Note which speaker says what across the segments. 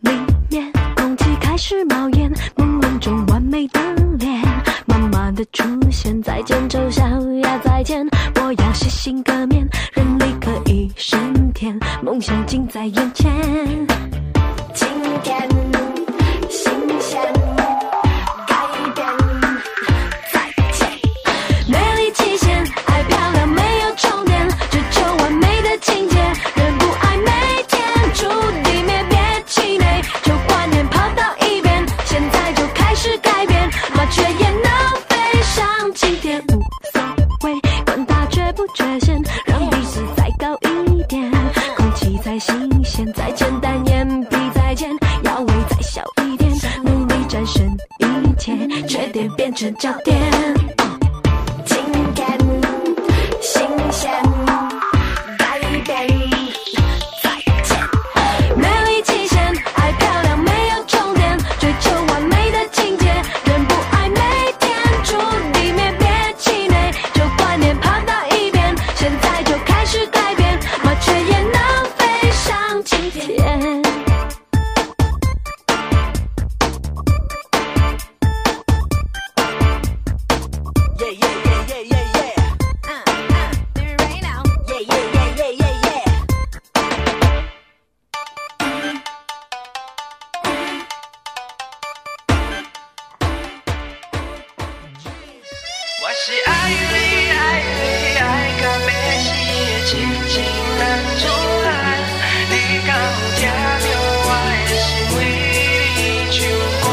Speaker 1: 里面，空气开始冒烟，朦胧中完美的脸，慢慢的出现。再见，丑小鸭，再见，我要洗心革面，人力可以升天，梦想近在眼前。今天，新鲜，改变，再见。美丽期限，爱漂亮没有终点，追求完美的境界，人不爱每天触地面，别气馁，旧观念抛到一边，现在就开始改变，麻雀也能飞上青天，无所谓，管它缺不缺陷，让鼻子再高一点，空气再新鲜，再简单，眼皮再尖，腰围再小一点，努力战胜一切，缺点变成焦点。今天新鲜，改变，再见。美丽极限，爱漂亮没有终点，追求完美的境界，人不爱每天触地面，别气馁，旧观念抛到一边，现在就开始改变，麻雀也能飞上青天。
Speaker 2: Yeah, yeah, yeah, yeah, yeah, yeah. Uh, uh, do it right now. Yeah, yeah, yeah, yeah, yeah, yeah.
Speaker 3: 我是爱你，爱你，爱到要死的痴情男子汉，你敢有听到我的心为你唱歌？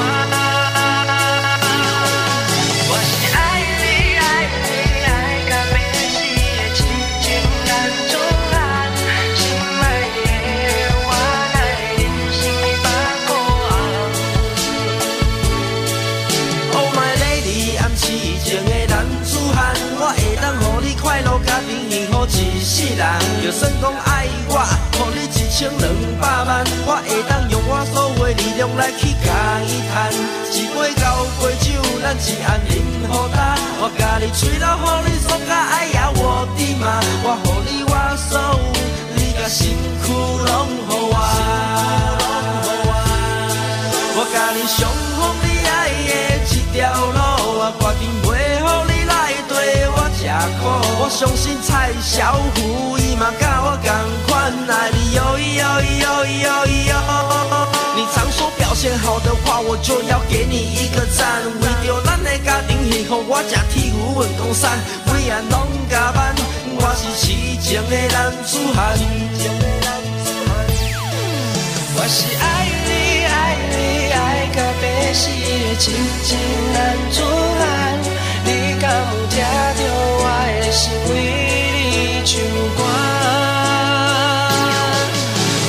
Speaker 3: 我是爱你，爱你，爱到要死的痴情男子汉，心爱的我，咱的人生百苦红。
Speaker 4: Oh my lady，暗示情的男子汉，我会当互你快乐甲平幸福一世人。就算讲爱我，互你一千两百万，我会当用我所有的力量来去甲伊赚。一杯交杯酒，咱一暗饮好干，我甲你吹到，互你爽甲爱呀我的妈，我互你我所有，你甲身躯拢互我。我甲你上好你爱的一条路，我决定袂予你来对我吃苦。我相信蔡小虎伊嘛甲我同款爱你哟咿哟咿哟咿哟咿哟。你常说表现好的话，我就要给你一个赞。为着咱的家庭幸福，我吃铁牛稳江山，每晚拢加班。我是痴情的男子汉。
Speaker 3: 我是爱你，爱你，爱到要死的痴情男子汉，你敢有听到我的心为你唱歌？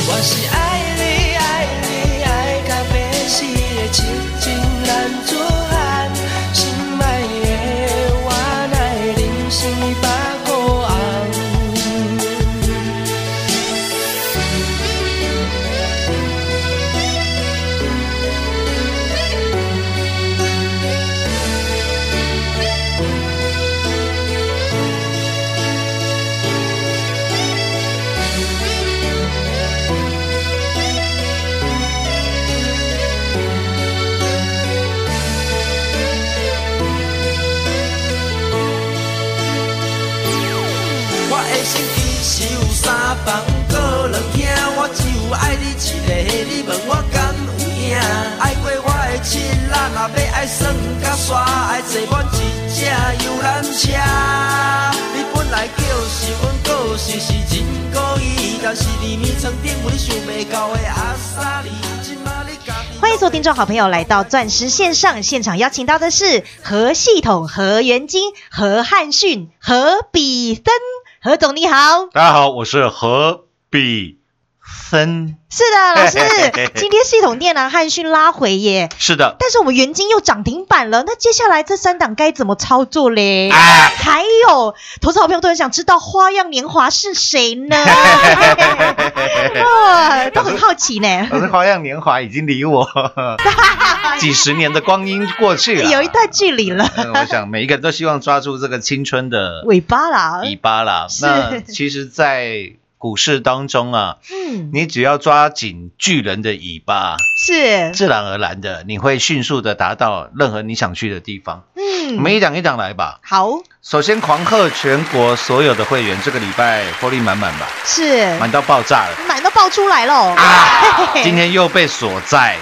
Speaker 3: 我是爱你，爱你，爱到要死的痴情男子汉，心爱的我，咱的人生百苦红。
Speaker 4: 我的心其实有三房个两厅，我只有爱你一个，你问我敢有影？爱过我的七人，若要爱耍甲耍，爱坐阮一只游览车。你本来就是阮个性是真故意，但是你眠床顶有你想袂到的阿萨利，今仔你家己。
Speaker 5: 欢迎所有听众好朋友来到钻石线上现场，邀请到的是何系统、何元金、何汉逊、何比森。何总你好，
Speaker 6: 大家好，我是何必分。
Speaker 5: 是的，老师，今天系统电缆汉讯拉回耶，
Speaker 6: 是的，
Speaker 5: 但是我们元金又涨停板了，那接下来这三档该怎么操作嘞？
Speaker 6: 哎
Speaker 5: 还有，投资好朋友都很想知道花样年华是谁呢？哇，都很好奇呢。
Speaker 6: 可是花样年华已经离我 几十年的光阴过去 了，
Speaker 5: 有一段距 离了，
Speaker 6: 嗯。我想每一个人都希望抓住这个青春的
Speaker 5: 尾巴啦。
Speaker 6: 尾巴啦。
Speaker 5: 是
Speaker 6: 那其实，在股市当中啊，
Speaker 5: 嗯，
Speaker 6: 你只要抓紧巨人的尾巴，
Speaker 5: 是，
Speaker 6: 自然而然的，你会迅速的达到任何你想去的地方。我
Speaker 5: 嗯，
Speaker 6: 们一档一档来吧。
Speaker 5: 好，
Speaker 6: 首先，狂贺全国所有的会员，这个礼拜获利满满吧，
Speaker 5: 是，
Speaker 6: 满到啊爆炸 了。
Speaker 5: 满都爆出来了。嘿嘿
Speaker 6: 今天又被锁在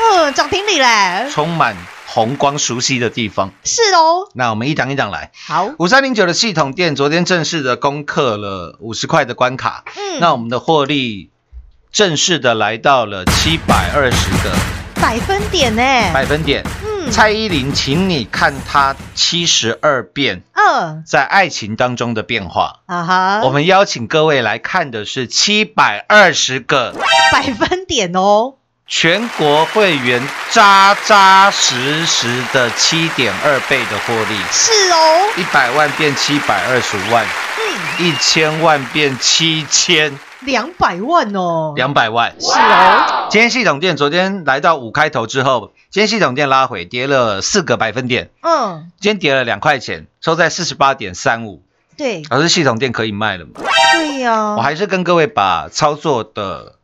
Speaker 5: 嗯，涨停里嘞，
Speaker 6: 充满红光熟悉的地方。
Speaker 5: 是哦，
Speaker 6: 那我们一档一档来。
Speaker 5: 好，
Speaker 6: 五三零九的系统店昨天正式的攻克了五十块的关卡，
Speaker 5: 嗯，
Speaker 6: 那我们的获利正式的来到了七百二十个
Speaker 5: 百分点呢？
Speaker 6: 百分点。
Speaker 5: 嗯，
Speaker 6: 蔡依林，请你看她七十二变
Speaker 5: 嗯，
Speaker 6: 在爱情当中的变化。
Speaker 5: 啊哈，
Speaker 6: 我们邀请各位来看的是七百二十个
Speaker 5: 百分点哦，
Speaker 6: 全国会员扎扎实实的七点二倍的获利，
Speaker 5: 是哦，
Speaker 6: 一百万变七百二十万，
Speaker 5: 嗯，
Speaker 6: 一千万变七千
Speaker 5: 两百万哦，
Speaker 6: 两百万。
Speaker 5: 是哦，
Speaker 6: 今天系统店昨天来到五开头之后，今天系统店拉回跌了四个百分点，
Speaker 5: 嗯，
Speaker 6: 今天跌了两块钱，收在四十八点三五。
Speaker 5: 对，
Speaker 6: 老师，系统店可以卖了吗？
Speaker 5: 对呀
Speaker 6: 我，还是跟各位把操作的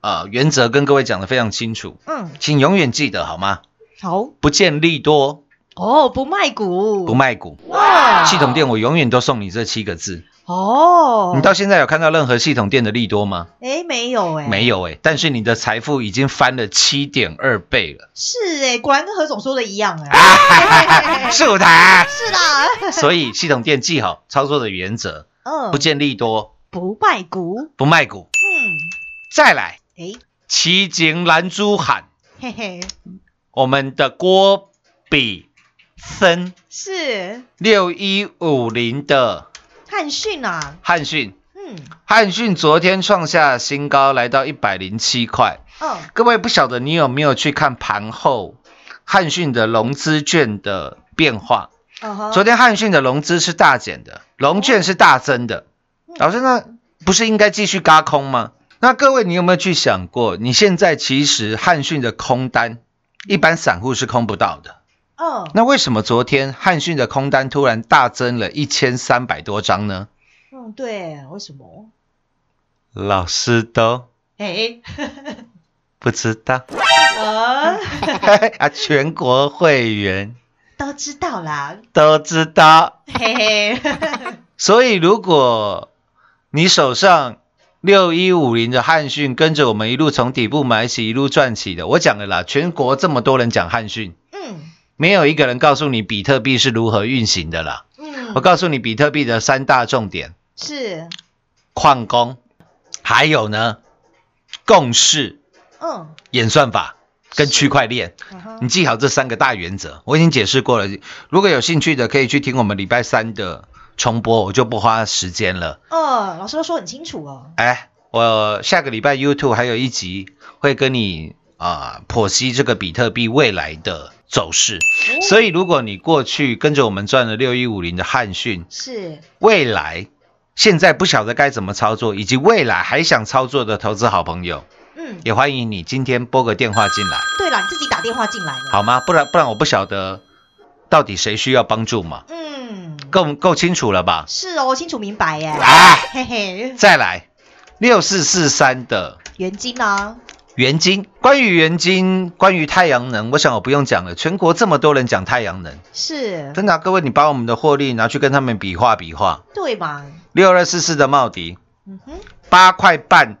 Speaker 6: 呃原则跟各位讲的非常清楚，
Speaker 5: 嗯，
Speaker 6: 请永远记得好吗？
Speaker 5: 好，
Speaker 6: 不见利多
Speaker 5: 哦，不卖股，
Speaker 6: 不，卖股，
Speaker 5: 哇，
Speaker 6: 系统店我永远都送你这七个字。
Speaker 5: 哦，
Speaker 6: 你到现在有看到任何系统店的利多吗？
Speaker 5: 哎，没有哎，
Speaker 6: 没有诶、但是你的财富已经翻了七点二倍了，
Speaker 5: 是哎，果然跟何总说的一样
Speaker 6: 啊
Speaker 5: 哎，
Speaker 6: 是我台。
Speaker 5: 是啦，
Speaker 6: 所以系统店记好操作的原则，
Speaker 5: 嗯，
Speaker 6: 不见利多，
Speaker 5: 不卖股，
Speaker 6: 不卖股。
Speaker 5: 嗯，
Speaker 6: 再来，
Speaker 5: 哎，
Speaker 6: 奇景兰珠喊
Speaker 5: 嘿嘿，
Speaker 6: 我们的郭比森
Speaker 5: 是
Speaker 6: 六一五零的
Speaker 5: 汉逊啊，
Speaker 6: 汉讯，
Speaker 5: 嗯，
Speaker 6: 汉讯昨天创下新高，来到一百零七块。
Speaker 5: 嗯，
Speaker 6: 各位不晓得你有没有去看盘后汉讯的融资券的变化？
Speaker 5: 嗯哼，
Speaker 6: 昨天汉讯的融资是大减的，融券是大增的。老师，那不是应该继续嘎空吗？那各位，你有没有去想过，你现在其实汉讯的空单，一般散户是空不到的。
Speaker 5: 嗯，
Speaker 6: 那为什么昨天汉讯的空单突然大增了一千三百多张呢？
Speaker 5: 嗯，对，为什么？
Speaker 6: 老师都
Speaker 5: 哎，
Speaker 6: 不知道
Speaker 5: 呃，
Speaker 6: 啊，全国会员
Speaker 5: 都知道啦，
Speaker 6: 都知道。
Speaker 5: 嘿嘿，
Speaker 6: 所以，如果你手上六一五零的汉讯，跟着我们一路从底部买起，一路赚起的，我讲了啦，全国这么多人讲汉讯，
Speaker 5: 嗯
Speaker 6: 没有一个人告诉你比特币是如何运行的啦。我
Speaker 5: 嗯，
Speaker 6: 告诉你，比特币的三大重点：
Speaker 5: 是，
Speaker 6: 矿工，还有呢，共识、
Speaker 5: 嗯，
Speaker 6: 演算法跟区块链。
Speaker 5: 嗯哼
Speaker 6: 你记好这三个大原则，我已经解释过了。如果有兴趣的，可以去听我们礼拜三的重播，我就不花时间了。
Speaker 5: 哦，老师都说很清楚哦，
Speaker 6: 哎，我下个礼拜 YouTube 还有一集会跟你啊、剖析这个比特币未来的走势。所以，如果你过去跟着我们赚了六一五零的汉讯，
Speaker 5: 是，
Speaker 6: 未来现在不晓得该怎么操作，以及未来还想操作的投资好朋友，
Speaker 5: 嗯，
Speaker 6: 也欢迎你今天拨个电话进来，
Speaker 5: 对啦，你自己打电话进来了，
Speaker 6: 好吗？不然不然我不晓得到底谁需要帮助嘛，
Speaker 5: 嗯，
Speaker 6: 够够清楚了吧？
Speaker 5: 是哦，清楚明白耶，
Speaker 6: 啊，
Speaker 5: 嘿嘿，
Speaker 6: 再来六四四三的
Speaker 5: 元金啊，
Speaker 6: 元金，关于元金，关于太阳能，我想我不用讲了，全国这么多人讲太阳能，
Speaker 5: 是，
Speaker 6: 真的啊、各位你把我们的获利拿去跟他们比划比划。
Speaker 5: 对嘛，
Speaker 6: 六二四四的茂迪
Speaker 5: 嗯哼，
Speaker 6: 八块半，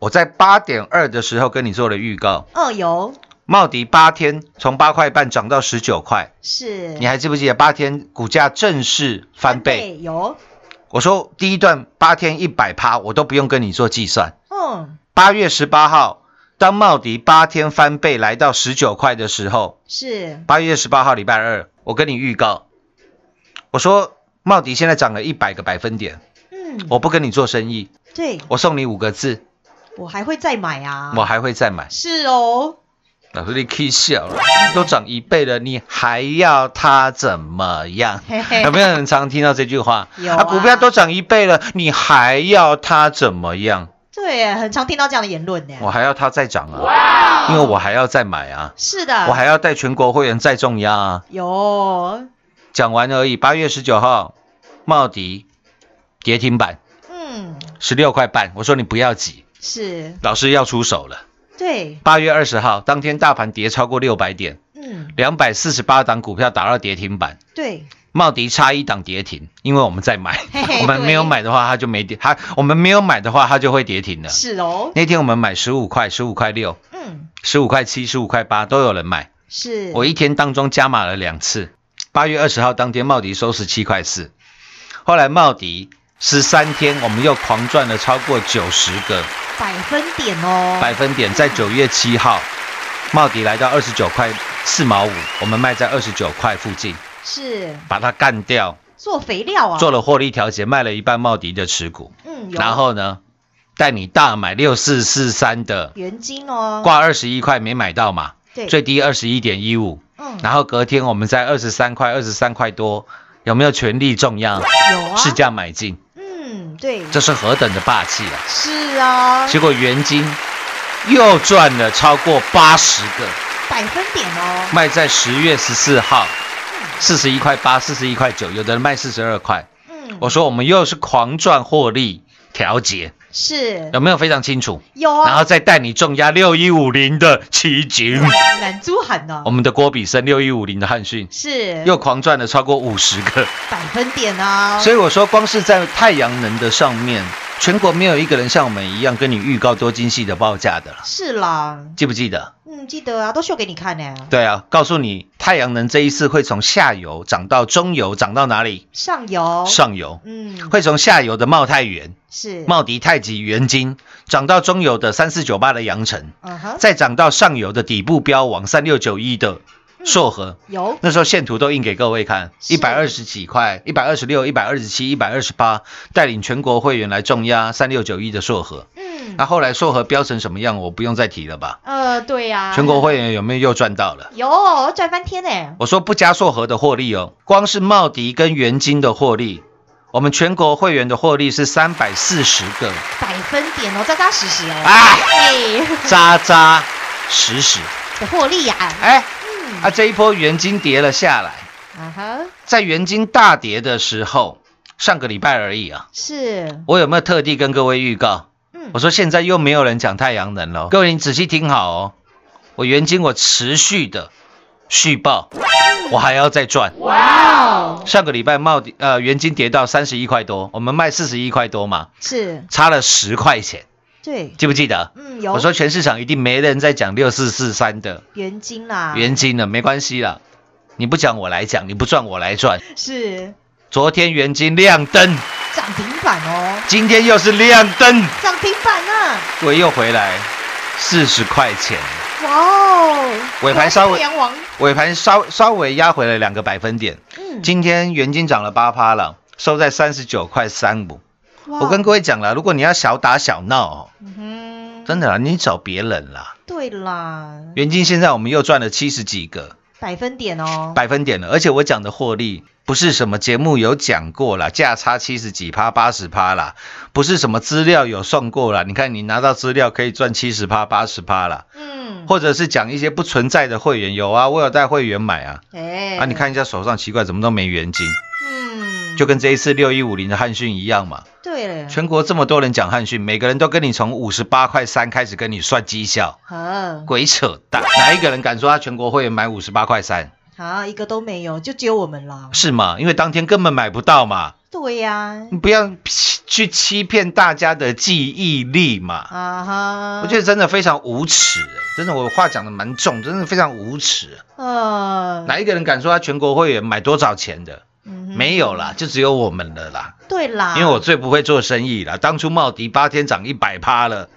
Speaker 6: 我在八点二的时候跟你做了预告，
Speaker 5: 二油
Speaker 6: 茂迪八天从八块半涨到十九块，
Speaker 5: 是
Speaker 6: 你还记不记得八天股价正式翻倍？
Speaker 5: 有，
Speaker 6: 我说第一段八天一百趴，我都不用跟你做计算。
Speaker 5: 嗯，
Speaker 6: 八月十八号，当茂迪八天翻倍来到十九块的时候，
Speaker 5: 是，
Speaker 6: 八月十八号礼拜二，我跟你预告，我说茂迪现在涨了一百个百分点，
Speaker 5: 嗯，
Speaker 6: 我不跟你做生意，
Speaker 5: 对，
Speaker 6: 我送你五个字：
Speaker 5: 我还会再买啊。
Speaker 6: 我还会再买。
Speaker 5: 是哦，
Speaker 6: 老师，你 K 笑了，都涨一倍了，你还要它怎么样？
Speaker 5: 嘿嘿
Speaker 6: 有没有很常听到这句话？
Speaker 5: 有啊
Speaker 6: 股票都涨一倍了，你还要它怎么样？
Speaker 5: 对耶，很常听到这样的言论呢。
Speaker 6: 我还要它再涨
Speaker 5: 哦
Speaker 6: 啊，因为我还要再买啊，
Speaker 5: 是的，
Speaker 6: 我还要带全国会员再重压啊。
Speaker 5: 有，
Speaker 6: 讲完而已。八月十九号，茂迪跌停板
Speaker 5: 嗯，
Speaker 6: 十六块半，我说你不要急，
Speaker 5: 是
Speaker 6: 老师要出手了。
Speaker 5: 对，
Speaker 6: 八月二十号，当天大盘跌超过六百点，
Speaker 5: 嗯，
Speaker 6: 两百四十八档股票打到跌停板。
Speaker 5: 对，
Speaker 6: 茂迪差一档跌停，因为我们在买
Speaker 5: 嘿嘿，
Speaker 6: 我们
Speaker 5: 对
Speaker 6: 没有买的话，它就没跌，它我们没有买的话，它就会跌停了。
Speaker 5: 是哦，
Speaker 6: 那天我们买十五块、十五块六、
Speaker 5: 嗯，
Speaker 6: 十五块七、十五块八都有人买，
Speaker 5: 是，
Speaker 6: 我一天当中加码了两次。八月二十号当天，茂迪收十七块四，后来茂迪十三天，我们又狂赚了超过九十个
Speaker 5: 百分点哦，
Speaker 6: 百分点，在九月七号，茂迪来到二十九块四毛五，我们卖在二十九块附近，
Speaker 5: 是
Speaker 6: 把它干掉。
Speaker 5: 做肥料啊，
Speaker 6: 做了获利调节，卖了一半茂迪的持股，
Speaker 5: 嗯，有
Speaker 6: 然后呢，带你大买六四四三的，
Speaker 5: 原金哦，
Speaker 6: 挂二十一块没买到嘛，
Speaker 5: 对，
Speaker 6: 最低二十一点一五，
Speaker 5: 嗯，
Speaker 6: 然后隔天我们在二十三块、二十三块多，有没有全力重压
Speaker 5: 有啊，
Speaker 6: 市价买进？
Speaker 5: 嗯，对，
Speaker 6: 这是何等的霸气啊！
Speaker 5: 是啊，
Speaker 6: 结果原金又赚了超过八十个，
Speaker 5: 百分点哦，
Speaker 6: 卖在十月十四号。四十一块八，四十一块九，有的人卖四十二块。
Speaker 5: 嗯，
Speaker 6: 我说我们又是狂赚获利调节，
Speaker 5: 是
Speaker 6: 有没有非常清楚？
Speaker 5: 有
Speaker 6: 然
Speaker 5: 啊
Speaker 6: 后，再带你重压六一五零的奇景，
Speaker 5: 男猪喊呢
Speaker 6: 我，们的郭比生六一五零的汉逊
Speaker 5: 是
Speaker 6: 哦又狂赚了超过五十个，
Speaker 5: 百分点啊，
Speaker 6: 所以我说光是在太阳能的上面，全国没有一个人像我们一样跟你预告多精细的报价的了，
Speaker 5: 是啦，
Speaker 6: 记不记得？
Speaker 5: 嗯，记得啊，都秀给你看呢，
Speaker 6: 对啊，告诉你太阳能这一次会从下游涨到中游，涨到哪里？
Speaker 5: 上游，
Speaker 6: 上游。
Speaker 5: 嗯，
Speaker 6: 会从下游的茂泰元、
Speaker 5: 是，
Speaker 6: 茂迪、太极、元金涨到中游的三四九八的阳城，
Speaker 5: 嗯哼，
Speaker 6: 再涨到上游的底部标王三六九一的硕和，
Speaker 5: 有，
Speaker 6: 那时候线图都印给各位看，
Speaker 5: 是
Speaker 6: 一百二十几块，一百二十六、一百二十七、一百二十八，带领全国会员来重压三六九一的硕和。
Speaker 5: 嗯
Speaker 6: 那、，后来硕和飙成什么样，我不用再提了吧？
Speaker 5: 呃，对呀，
Speaker 6: 全国会员有没有又赚到了？
Speaker 5: 有赚翻天呢，
Speaker 6: 我说不加硕和的获利哦，光是茂迪跟元金的获利，我们全国会员的获利是三百四十个，
Speaker 5: 百分点哦，扎扎实实哦，
Speaker 6: 啊
Speaker 5: 嘿，
Speaker 6: 扎扎实实。
Speaker 5: 的获利呀，
Speaker 6: 哎，
Speaker 5: 嗯，
Speaker 6: 啊这一波元金跌了下来，
Speaker 5: 啊哈，
Speaker 6: 在元金大跌的时候，上个礼拜而已啊，
Speaker 5: 是，
Speaker 6: 我有没有特地跟各位预告？
Speaker 5: 嗯
Speaker 6: 我，说现在又没有人讲太阳能了，各位你仔细听好哦。我原金我持续的续报，我还要再赚。
Speaker 5: 哇，哦
Speaker 6: 上个礼拜茂迪呃原金跌到三十一块多，我们卖四十一块多嘛，
Speaker 5: 是，
Speaker 6: 差了十块钱，
Speaker 5: 对，
Speaker 6: 记不记得？
Speaker 5: 嗯，有，
Speaker 6: 我说全市场一定没人在讲六四四三的
Speaker 5: 原金啦，
Speaker 6: 原金了，没关系啦，你不讲我来讲，你不赚我来赚。
Speaker 5: 是
Speaker 6: 昨天原金亮灯，
Speaker 5: 涨停板哦，
Speaker 6: 今天又是亮灯，
Speaker 5: 涨停板啊，
Speaker 6: 我又回来四十块钱。
Speaker 5: 哇哦，
Speaker 6: 尾盘稍
Speaker 5: 果
Speaker 6: 微
Speaker 5: 然是太阳王，
Speaker 6: 尾盘稍稍微压回了两个百分点，
Speaker 5: 嗯，
Speaker 6: 今天原金涨了八趴了，收在三十九块三五。
Speaker 5: 哇
Speaker 6: 我跟各位讲了，如果你要小打小闹
Speaker 5: 哦
Speaker 6: 哦，
Speaker 5: 嗯哼，
Speaker 6: 真的啦，你找别人啦。
Speaker 5: 对啦，
Speaker 6: 原金现在我们又赚了七十几个
Speaker 5: 百分点哦，
Speaker 6: 百分点了，而且我讲的获利不是什么节目有讲过啦，价差七十几趴、八十趴啦，不是什么资料有送过啦。你看你拿到资料可以赚七十趴、八十趴啦，
Speaker 5: 嗯，
Speaker 6: 或者是讲一些不存在的会员有啊，我有带会员买啊。
Speaker 5: 哎，
Speaker 6: 啊，你，看一下手上，奇怪，怎么都没原金，
Speaker 5: 嗯，
Speaker 6: 就跟这一次六一五零的汉讯一样嘛。
Speaker 5: 对了，
Speaker 6: 全国这么多人讲汉讯，每个人都跟你从五十八块三开始跟你算绩效，
Speaker 5: 好，
Speaker 6: 鬼扯淡！哪一个人敢说他全国会员买五十八块三？
Speaker 5: 好，一个都没有，就只有我们啦，
Speaker 6: 是吗？因为当天根本买不到嘛，
Speaker 5: 对呀
Speaker 6: 你，不要欺去欺骗大家的记忆力嘛。
Speaker 5: 啊哈，
Speaker 6: 我觉得真的非常无耻、欸真的我话讲的蛮重，真的非常无耻、欸
Speaker 5: 呃，
Speaker 6: 哪一个人敢说他全国会员买多少钱的？
Speaker 5: 嗯啊哼
Speaker 6: 没有啦，就只有我们了啦。
Speaker 5: 对啦，
Speaker 6: 因为我最不会做生意了。当初茂迪八天涨一百趴了，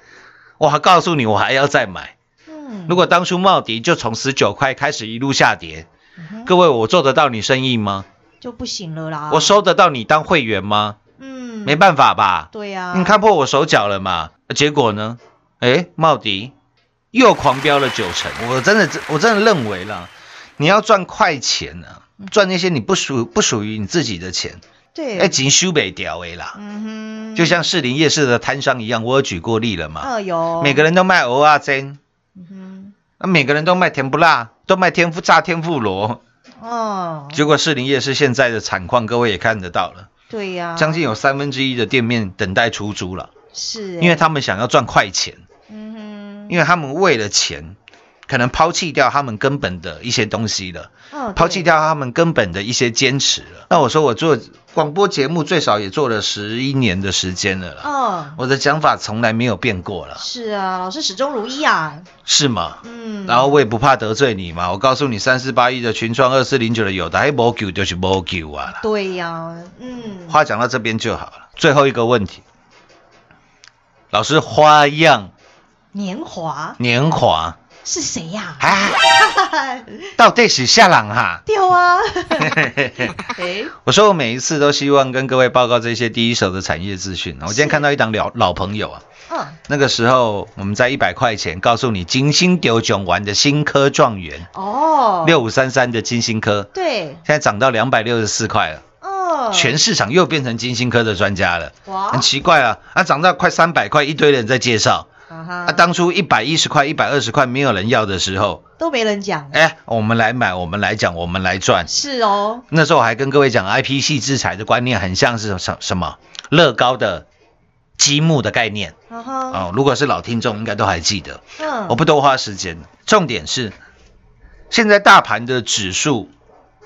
Speaker 6: 我还告诉你我还要再买。
Speaker 5: 嗯，
Speaker 6: 如果当初茂迪就从十九块开始一路下跌，
Speaker 5: 嗯哼
Speaker 6: 各位我做得到你生意吗？
Speaker 5: 就不行了啦，
Speaker 6: 我，收得到你当会员吗？
Speaker 5: 嗯，
Speaker 6: 没办法吧？
Speaker 5: 对呀、
Speaker 6: 嗯你，看破我手脚了嘛？结果呢？哎，茂迪又狂飙了九成，我真的我真的认为啦，你要赚快钱呢、赚那些你不属不属于你自己的钱，
Speaker 5: 嗯对，
Speaker 6: 哎，仅修北调哎啦，
Speaker 5: 嗯哼，
Speaker 6: 就像士林夜市的摊商一样，我有举过例了嘛，
Speaker 5: 二油，
Speaker 6: 每个人都卖蚵仔煎，
Speaker 5: 嗯
Speaker 6: 那每个人都卖甜不辣，都卖天妇炸天妇罗，
Speaker 5: 哼，哦，
Speaker 6: 结果士林夜市现在的惨况，各位也看得到了，
Speaker 5: 对呀，
Speaker 6: 将近有三分之一的店面等待出租了，
Speaker 5: 是，
Speaker 6: 因为，他们想要赚快钱。
Speaker 5: 嗯
Speaker 6: 因为他们为了钱，可能抛弃掉他们根本的一些东西了，
Speaker 5: 哼，哦，
Speaker 6: 抛弃
Speaker 5: 对，
Speaker 6: 掉他们根本的一些坚持了。那我说我做广播节目最少也做了十一年的时间了啦，
Speaker 5: 哦，
Speaker 6: 我的讲法从来没有变过了，
Speaker 5: 是啊，老师始终如一啊，
Speaker 6: 是吗？
Speaker 5: 嗯，
Speaker 6: 然后我也不怕得罪你嘛，我告诉你，三四八一的群创，二四零九的有的，还没救就是没救啊啦。
Speaker 5: 对呀，嗯，
Speaker 6: 话讲到这边就好了。最后一个问题，老师花样
Speaker 5: 年华
Speaker 6: 年华
Speaker 5: 是谁呀？
Speaker 6: 啊，到底是下人哈、
Speaker 5: 丢啊，哎，
Speaker 6: 我说我每一次都希望跟各位报告这些第一手的产业资讯。我今天看到一档老老朋友啊，
Speaker 5: 嗯，
Speaker 6: 那个时候我们在一百块钱告诉你金星丢囧完的新科状元
Speaker 5: 哦，，
Speaker 6: 六五三三的金星科，
Speaker 5: 对，
Speaker 6: 现在涨到两百六十四块了，
Speaker 5: 哦，
Speaker 6: 全市场又变成金星科的专家了。
Speaker 5: 哇
Speaker 6: 很，奇怪啊，啊涨到快三百块，一堆人在介绍。
Speaker 5: 啊哈
Speaker 6: 啊，当初一百一十块、一百二十块没有人要的时候，
Speaker 5: 都没人讲，
Speaker 6: 哎，我们来买，我们来讲，我们来赚。
Speaker 5: 是哦，
Speaker 6: 那时候我还跟各位讲，IP 系制裁的观念很像是什什么乐高的积木的概念
Speaker 5: 啊哈，
Speaker 6: 哦。如果是老听众，应该都还记得。
Speaker 5: 嗯，
Speaker 6: 我不多花时间，重点是现在大盘的指数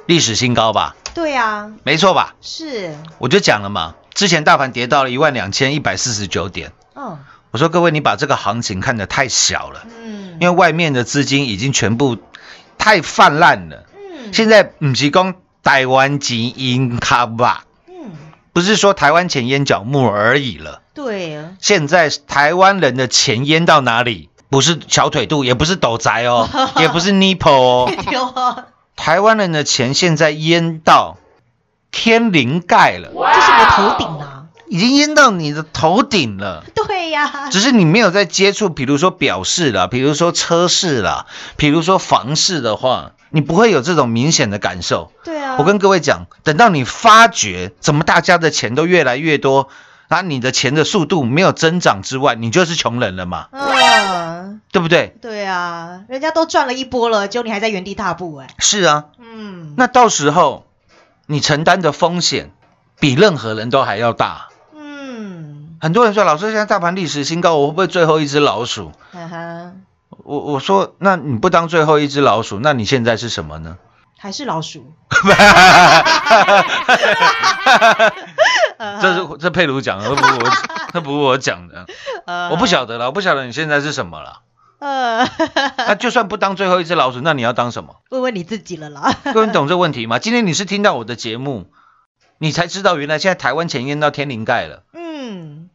Speaker 6: 历史新高吧？
Speaker 5: 对啊，
Speaker 6: 没错吧？
Speaker 5: 是，
Speaker 6: 我就讲了嘛，之前大盘跌到了一万两千一百四十九点，
Speaker 5: 嗯
Speaker 6: 我说各位，你把这个行情看得太小了，
Speaker 5: 嗯，
Speaker 6: 因为外面的资金已经全部太泛滥了。
Speaker 5: 嗯
Speaker 6: 现在不是讲台湾基因卡吧？
Speaker 5: 嗯，
Speaker 6: 不是说台湾钱淹脚木而已了，
Speaker 5: 对，
Speaker 6: 现在台湾人的钱淹到哪里？不是小腿肚，也不是斗宅哦，也不是 nipple 哦，
Speaker 5: 丢啊，
Speaker 6: 台湾人的钱现在淹到天灵盖了，
Speaker 5: 这是我头顶啊，
Speaker 6: 已经淹到你的头顶了。
Speaker 5: 对呀，
Speaker 6: 只是你没有在接触，比如说表示啦，比如说车市啦，比如说房市的话，你不会有这种明显的感受。
Speaker 5: 对啊，
Speaker 6: 我跟各位讲，等到你发觉怎么大家的钱都越来越多，那你的钱的速度没有增长之外，你就是穷人了嘛，
Speaker 5: 嗯，
Speaker 6: 对不对？
Speaker 5: 对啊，人家都赚了一波了，就你还在原地踏步，哎，
Speaker 6: 是啊，
Speaker 5: 嗯，
Speaker 6: 那到时候你承担的风险比任何人都还要大。
Speaker 5: 嗯，
Speaker 6: 很多人说，老师，现在大盘历史新高，我会不会最后一只老鼠？
Speaker 5: 哈啊哈，
Speaker 6: 我我说，那你不当最后一只老鼠，那你现在是什么呢？
Speaker 5: 还是老鼠，啊
Speaker 6: 这是这佩鲁讲的，那不是我，那不是我讲的，
Speaker 5: 呃
Speaker 6: 我不，晓得了，我不晓得你现在是什么了。
Speaker 5: 呃，
Speaker 6: 那就算不当最后一只老鼠，那你要当什么？
Speaker 5: 问问你自己了啦，
Speaker 6: 各位你懂这问题吗？今天你是听到我的节目，你才知道原来现在台湾钱淹到天灵盖了。
Speaker 5: 嗯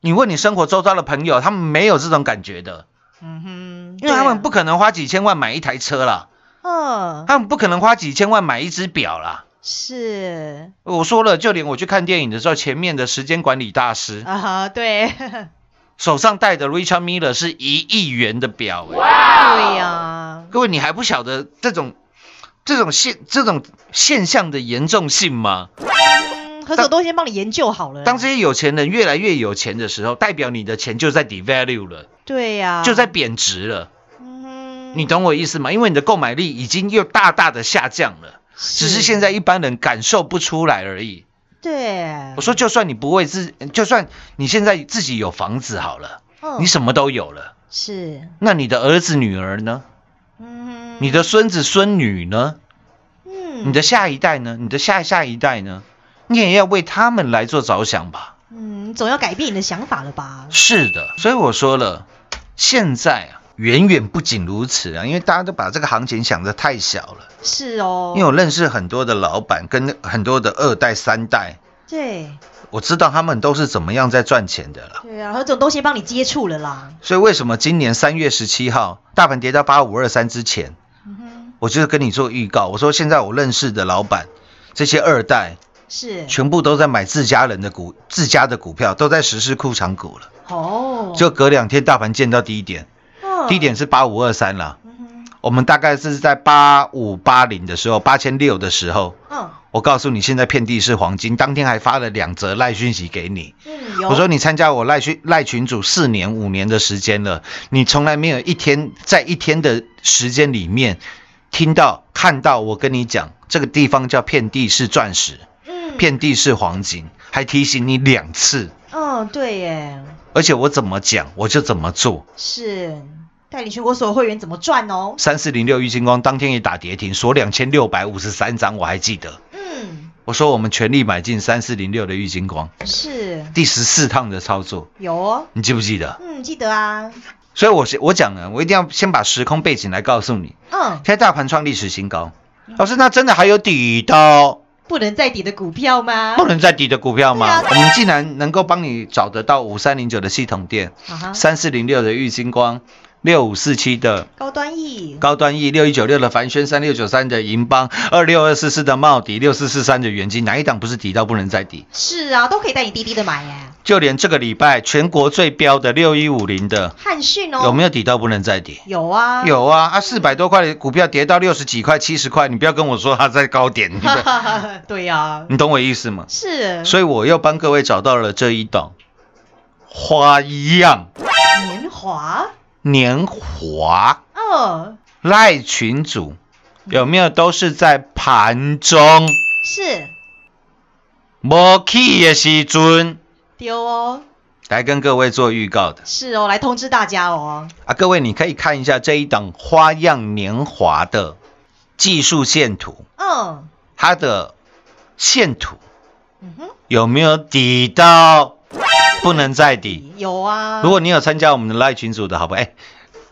Speaker 6: 你问你生活周遭的朋友，他们没有这种感觉的，
Speaker 5: 嗯哼，
Speaker 6: 因为他们不可能花几千万买一台车啦，
Speaker 5: 对啊，嗯，
Speaker 6: 他们不可能花几千万买一只表啦。
Speaker 5: 是
Speaker 6: 我说了，就连我去看电影的时候，前面的时间管理大师
Speaker 5: 啊哈， 对，
Speaker 6: 手上戴的 Richard Miller 是一亿元的表、欸
Speaker 5: 对呀，
Speaker 6: 各位，你还不晓得这种这种现这种现象的严重性吗？
Speaker 5: 嗯，何总都先帮你研究好了啦，
Speaker 6: 当这些有钱人越来越有钱的时候，代表你的钱就在 devalue 了，
Speaker 5: 对呀，
Speaker 6: 就在贬值了。
Speaker 5: 嗯哼，
Speaker 6: 你懂我意思吗？因为你的购买力已经又大大的下降
Speaker 5: 嗯
Speaker 6: 了，只是现在一般人感受不出来而已。
Speaker 5: 对，
Speaker 6: 我说，就算你不为自，就算你现在自己有房子好了，
Speaker 5: 嗯
Speaker 6: 你什么都有了，
Speaker 5: 是，
Speaker 6: 那你的儿子女儿呢？
Speaker 5: 嗯，
Speaker 6: 你的孙子孙女呢？
Speaker 5: 嗯，
Speaker 6: 你的下一代呢？你的下下一代呢？你也要为他们来做着想吧。
Speaker 5: 嗯，总要改变你的想法了吧？
Speaker 6: 是的，所以我说了，现在啊，远远不仅如此啊，因为大家都把这个行情想得太小了。
Speaker 5: 是哦，
Speaker 6: 因为我认识很多的老板跟很多的二代、三代，
Speaker 5: 对
Speaker 6: 我知道他们都是怎么样在赚钱的了。
Speaker 5: 对啊，何总都先帮你接触了啦。
Speaker 6: 所以为什么今年三月十七号大盘跌到八五二三之前，
Speaker 5: 嗯哼，
Speaker 6: 我就是跟你做预告，我说现在我认识的老板，这些二代
Speaker 5: 是
Speaker 6: 全部都在买自家人的股、自家的股票，都在实施库藏股了。
Speaker 5: 哦，
Speaker 6: 就隔两天大盘见到低点，
Speaker 5: 嗯
Speaker 6: 低，点是八五二三啦。
Speaker 5: 嗯哼
Speaker 6: 我们大概是在八五八零的时候，八千六的时候，
Speaker 5: 嗯
Speaker 6: 我告诉你，现在遍地是黄金。当天还发了两则赖讯息给你，
Speaker 5: 嗯，有，
Speaker 6: 我说你参加我赖群赖群主四年五年的时间了，你从来没有一天在一天的时间里面听到看到我跟你讲这个地方叫遍地是钻石，
Speaker 5: 嗯，
Speaker 6: 遍地是黄金，还提醒你两次，
Speaker 5: 嗯，对耶，
Speaker 6: 而且我怎么讲我就怎么做。
Speaker 5: 是带领全国所有会员怎么赚哦，
Speaker 6: 三四零六玉金光当天也打跌停，锁两千六百五十三张，我还记得。
Speaker 5: 嗯，
Speaker 6: 我说我们全力买进三四零六的玉金光，
Speaker 5: 是
Speaker 6: 第十四趟的操作，
Speaker 5: 有哦，
Speaker 6: 你记不记得？
Speaker 5: 嗯，记得啊，
Speaker 6: 所以我是我讲了，我一定要先把时空背景来告诉你。
Speaker 5: 嗯，
Speaker 6: 现在大盘创历史新高，老师，那真的还有底的，哦
Speaker 5: 不能再抵的股票吗？
Speaker 6: 不能再底的股票吗？
Speaker 5: 对啊
Speaker 6: 我们既然能够帮你找得到五三零九的系统店，
Speaker 5: 啊哈，
Speaker 6: 三四零六的玉金光，六五四七的
Speaker 5: 高端 E，
Speaker 6: 高端 E，六一九六的凡轩，三六九三的银邦，二六二四四的茂迪，六四四三的元金，哪一档不是底到不能再底？
Speaker 5: 是啊，都可以带你滴滴的买耶，
Speaker 6: 就连这个礼拜全国最标的六一五零的，
Speaker 5: 汉讯哦，
Speaker 6: 有没
Speaker 5: 有？
Speaker 6: 有底到不能再底？
Speaker 5: 有啊，
Speaker 6: 有啊，啊，四百多块的股票跌到六十几块、七十块，你不要跟我说它在高点，你不
Speaker 5: 哈
Speaker 6: 要
Speaker 5: 哈哈， 对呀，
Speaker 6: 你懂我意思吗？
Speaker 5: 是，
Speaker 6: 所以我又帮各位找到了这一档花样
Speaker 5: 年华，
Speaker 6: 年华
Speaker 5: 嗯，
Speaker 6: 赖群主，有没有都是在盘中
Speaker 5: 是
Speaker 6: 无起的时阵
Speaker 5: 丢哦，
Speaker 6: 来跟各位做预告的
Speaker 5: 是哦，来通知大家哦，
Speaker 6: 啊？各位你可以看一下这一档花样年华的技术线图，
Speaker 5: 嗯，
Speaker 6: 它的线图
Speaker 5: 嗯哼，
Speaker 6: 有没有底到不能再底？
Speaker 5: 有啊，
Speaker 6: 如果你有参加我们的赖群组的好不好？哎、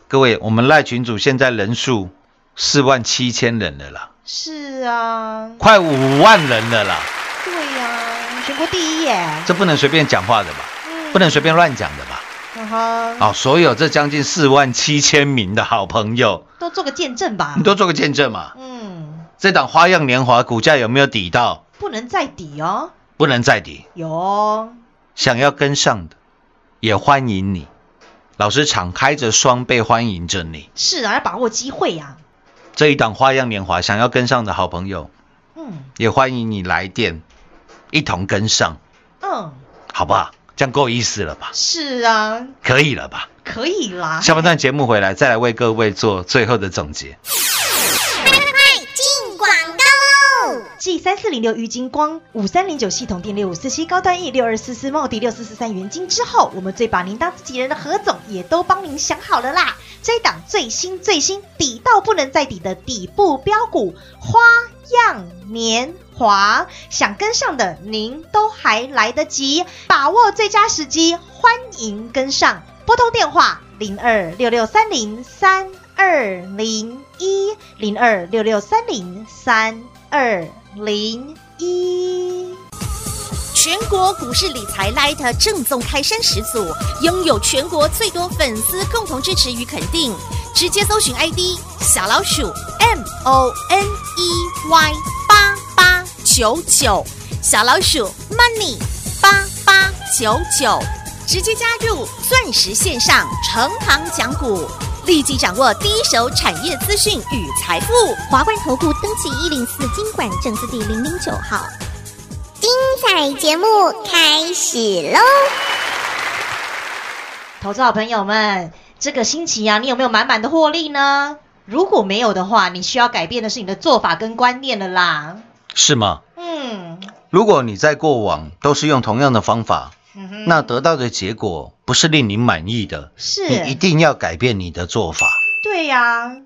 Speaker 6: 各位，我们赖群组现在人数四万七千人了啦，
Speaker 5: 是啊，
Speaker 6: 快五万人了啦，
Speaker 5: 对呀，全国第一耶，
Speaker 6: 这不能随便讲话的吧？
Speaker 5: 嗯
Speaker 6: 不能随便乱讲的吧？
Speaker 5: 嗯哼，
Speaker 6: 好、所有这将近四万七千名的好朋友，
Speaker 5: 都做个见证吧
Speaker 6: 你。都做个见证嘛。
Speaker 5: 嗯，
Speaker 6: 这档花样年华股价有没有抵到？
Speaker 5: 不能再抵哦。
Speaker 6: 不能再抵，
Speaker 5: 有哦
Speaker 6: 想要跟上的也欢迎你。老师敞开着双臂欢迎着你。
Speaker 5: 是啊，要把握机会呀、
Speaker 6: 这一档花样年华，想要跟上的好朋友，
Speaker 5: 嗯
Speaker 6: 也欢迎你来电，一同跟上，
Speaker 5: 嗯，
Speaker 6: 好不好？这样够意思了吧？
Speaker 5: 是啊，
Speaker 6: 可以了吧？
Speaker 5: 可以啦。
Speaker 6: 下半段节目回来，再来为各位做最后的总结。
Speaker 7: 进广告喽！
Speaker 5: G 三四零六郁金光、五三零九系统电、六五四七高端 E、六二四四茂迪、六四四三元金之后，我们最把您当自己人的何总也都帮您想好了啦。这一档最新最新底到不能再底的底部标股花样年华，想跟上的您都还来得及，把握最佳时机，欢迎跟上。拨通电话零二六六三零三二零一零二六六三零三二零一。
Speaker 7: 全国股市理财 Light 正宗开山始祖，拥有全国最多粉丝共同支持与肯定。直接搜寻 ID 小老鼠 M O N E Y 八八九九，小老鼠 Money 八八九九，直接加入钻石线上成行讲股，立即掌握第一手产业资讯与财富。华冠投顾登记一零四经管证字第零零九号。彩节目开始喽！
Speaker 5: 投资好朋友们，这个星期啊，你有没有满满的获利呢？如果没有的话，你需要改变的是你的做法跟观念了啦。
Speaker 6: 是吗？
Speaker 5: 嗯，
Speaker 6: 如果你在过往都是用同样的方法，
Speaker 5: 嗯哼
Speaker 6: 那得到的结果不是令你满意的，你一
Speaker 5: 是，
Speaker 6: 定要改变你的做法，
Speaker 5: 对呀、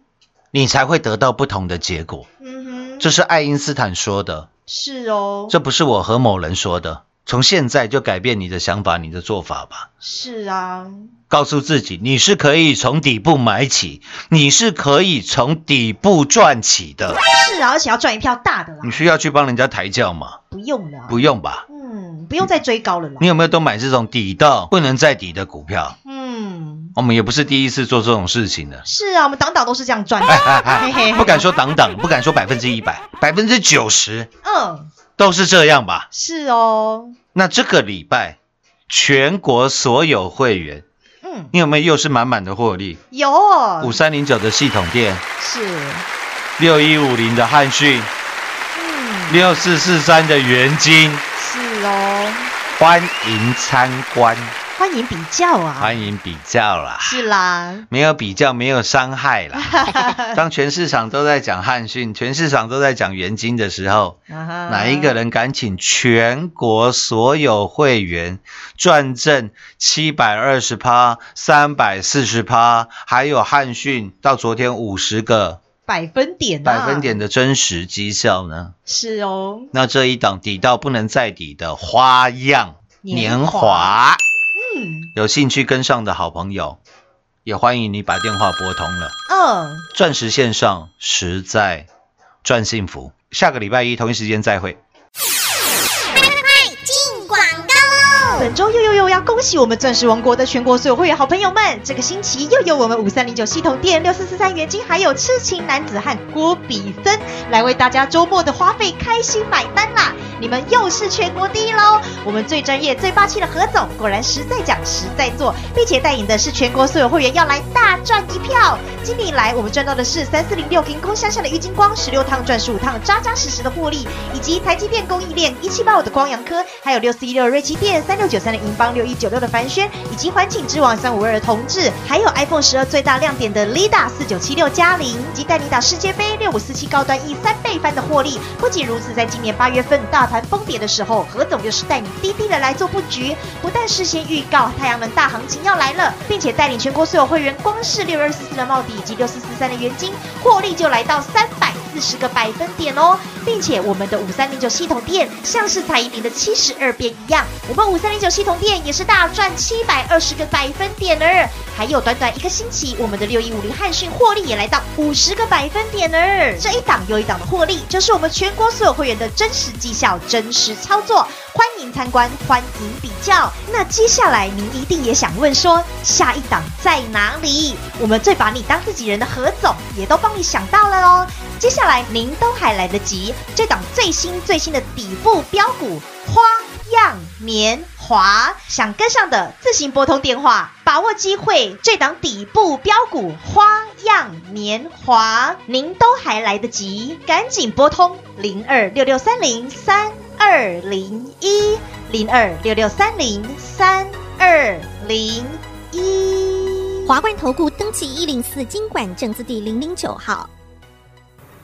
Speaker 6: 你才会得到不同的结果。
Speaker 5: 嗯哼，
Speaker 6: 这是爱因斯坦说的，
Speaker 5: 是哦，
Speaker 6: 这不是我和某人说的。从现在就改变你的想法，你的做法吧。
Speaker 5: 是啊，
Speaker 6: 告诉自己，你是可以从底部买起，你是可以从底部赚起的。
Speaker 5: 是啊，而且要赚一票大的啦
Speaker 6: 你，需要去帮人家抬轿吗？
Speaker 5: 不用了，
Speaker 6: 不用吧。
Speaker 5: 嗯，不用再追高了啦
Speaker 6: 你。有没有都买这种底到不能再底的股票？
Speaker 5: 嗯，
Speaker 6: 我们也不是第一次做这种事情了。
Speaker 5: 是啊，我们党党都是这
Speaker 6: 哎
Speaker 5: 样赚的。嘿嘿嘿
Speaker 6: 不敢说挡挡，不敢说百分之一百，百分之九十
Speaker 5: 嗯，
Speaker 6: 都是这样吧？
Speaker 5: 是哦，
Speaker 6: 那这个礼拜全国所有会员，
Speaker 5: 嗯，
Speaker 6: 你有没有又是满满的获利？
Speaker 5: 有
Speaker 6: 五三零九的系统店，
Speaker 5: 是，
Speaker 6: 六一五零的汉讯，
Speaker 5: 嗯，
Speaker 6: 六四四三的元金，
Speaker 5: 是哦，
Speaker 6: 欢迎参观，
Speaker 5: 欢迎比较啊，
Speaker 6: 欢迎比较啦。
Speaker 5: 是啦，
Speaker 6: 没有比较，没有伤害啦。当全市场都在讲汉讯，全市场都在讲元金的时候，
Speaker 5: 哪
Speaker 6: 哪一个？人敢请全国所有会员转正七百二十趴、三百四十趴，还有汉讯到昨天五十个
Speaker 5: 百分点、啊，
Speaker 6: 百分点的真实绩效呢？
Speaker 5: 是哦，
Speaker 6: 那这一档底到不能再底的花样
Speaker 5: 年华
Speaker 6: 年华，
Speaker 5: 嗯，
Speaker 6: 有兴趣跟上的好朋友，也欢迎你把电话拨通了。
Speaker 5: 嗯，
Speaker 6: 钻石线上实在赚幸福。下个礼拜一同一时间再会。
Speaker 7: 进广告喽！
Speaker 5: 本周又又又要恭喜我们钻石王国的全国所有会员好朋友们，这个星期又有我们五三零九系统店、六四四三元金，还有痴情男子汉郭比森来为大家周末的花费开心买单啦！你们又是全国第一喽！我们最专业、最霸气的何总，果然实在讲、实在做，并且带领的是全国所有会员要来大赚一票。今年以来，我们赚到的是三四零六凭空向下的郁金光十六趟赚十五趟，扎扎实实的获利，以及台积电供应链一七八五的光阳科，还有六四一六的瑞奇电、三六九三的银邦、六一九六的凡轩，以及环境之王三五二的同志，还有 iPhone 十二最大亮点的 Lida 四九七六嘉玲，及带领打世界杯六五四七高端 E 三倍翻的获利。不仅如此，在今年八月份大盘崩跌的时候，何总又是带你低低的来做布局，不但事先预告太阳能大行情要来了，并且带领全国所有会员，光是六二四四的帽底以及六四四三的元金，获利就来到三百四十个百分点哦，并且我们的五三零九系统店像是彩银里的七十二变一样，我们五三零九系统店也是大赚七百二十个百分点儿，还有短短一个星期，我们的六一五零汉讯获利也来到五十个百分点儿，这一档又一档的获利，就是我们全国所有会员的真实绩效、真实操作，欢迎参观，欢迎比较。那接下来您一定也想问说，下一档在哪里？我们最把你当自己人的何总也都帮你想到了哦。接下来您都还来得及，这档最新最新的底部标股花样年华，想跟上的自行拨通电话，把握机会。这档底部标股花样年华，您都还来得及，赶紧拨通零二六六三零三二零一零二六六三零三二零一。
Speaker 7: 华冠投顾登记一零四经管证字第零零九号。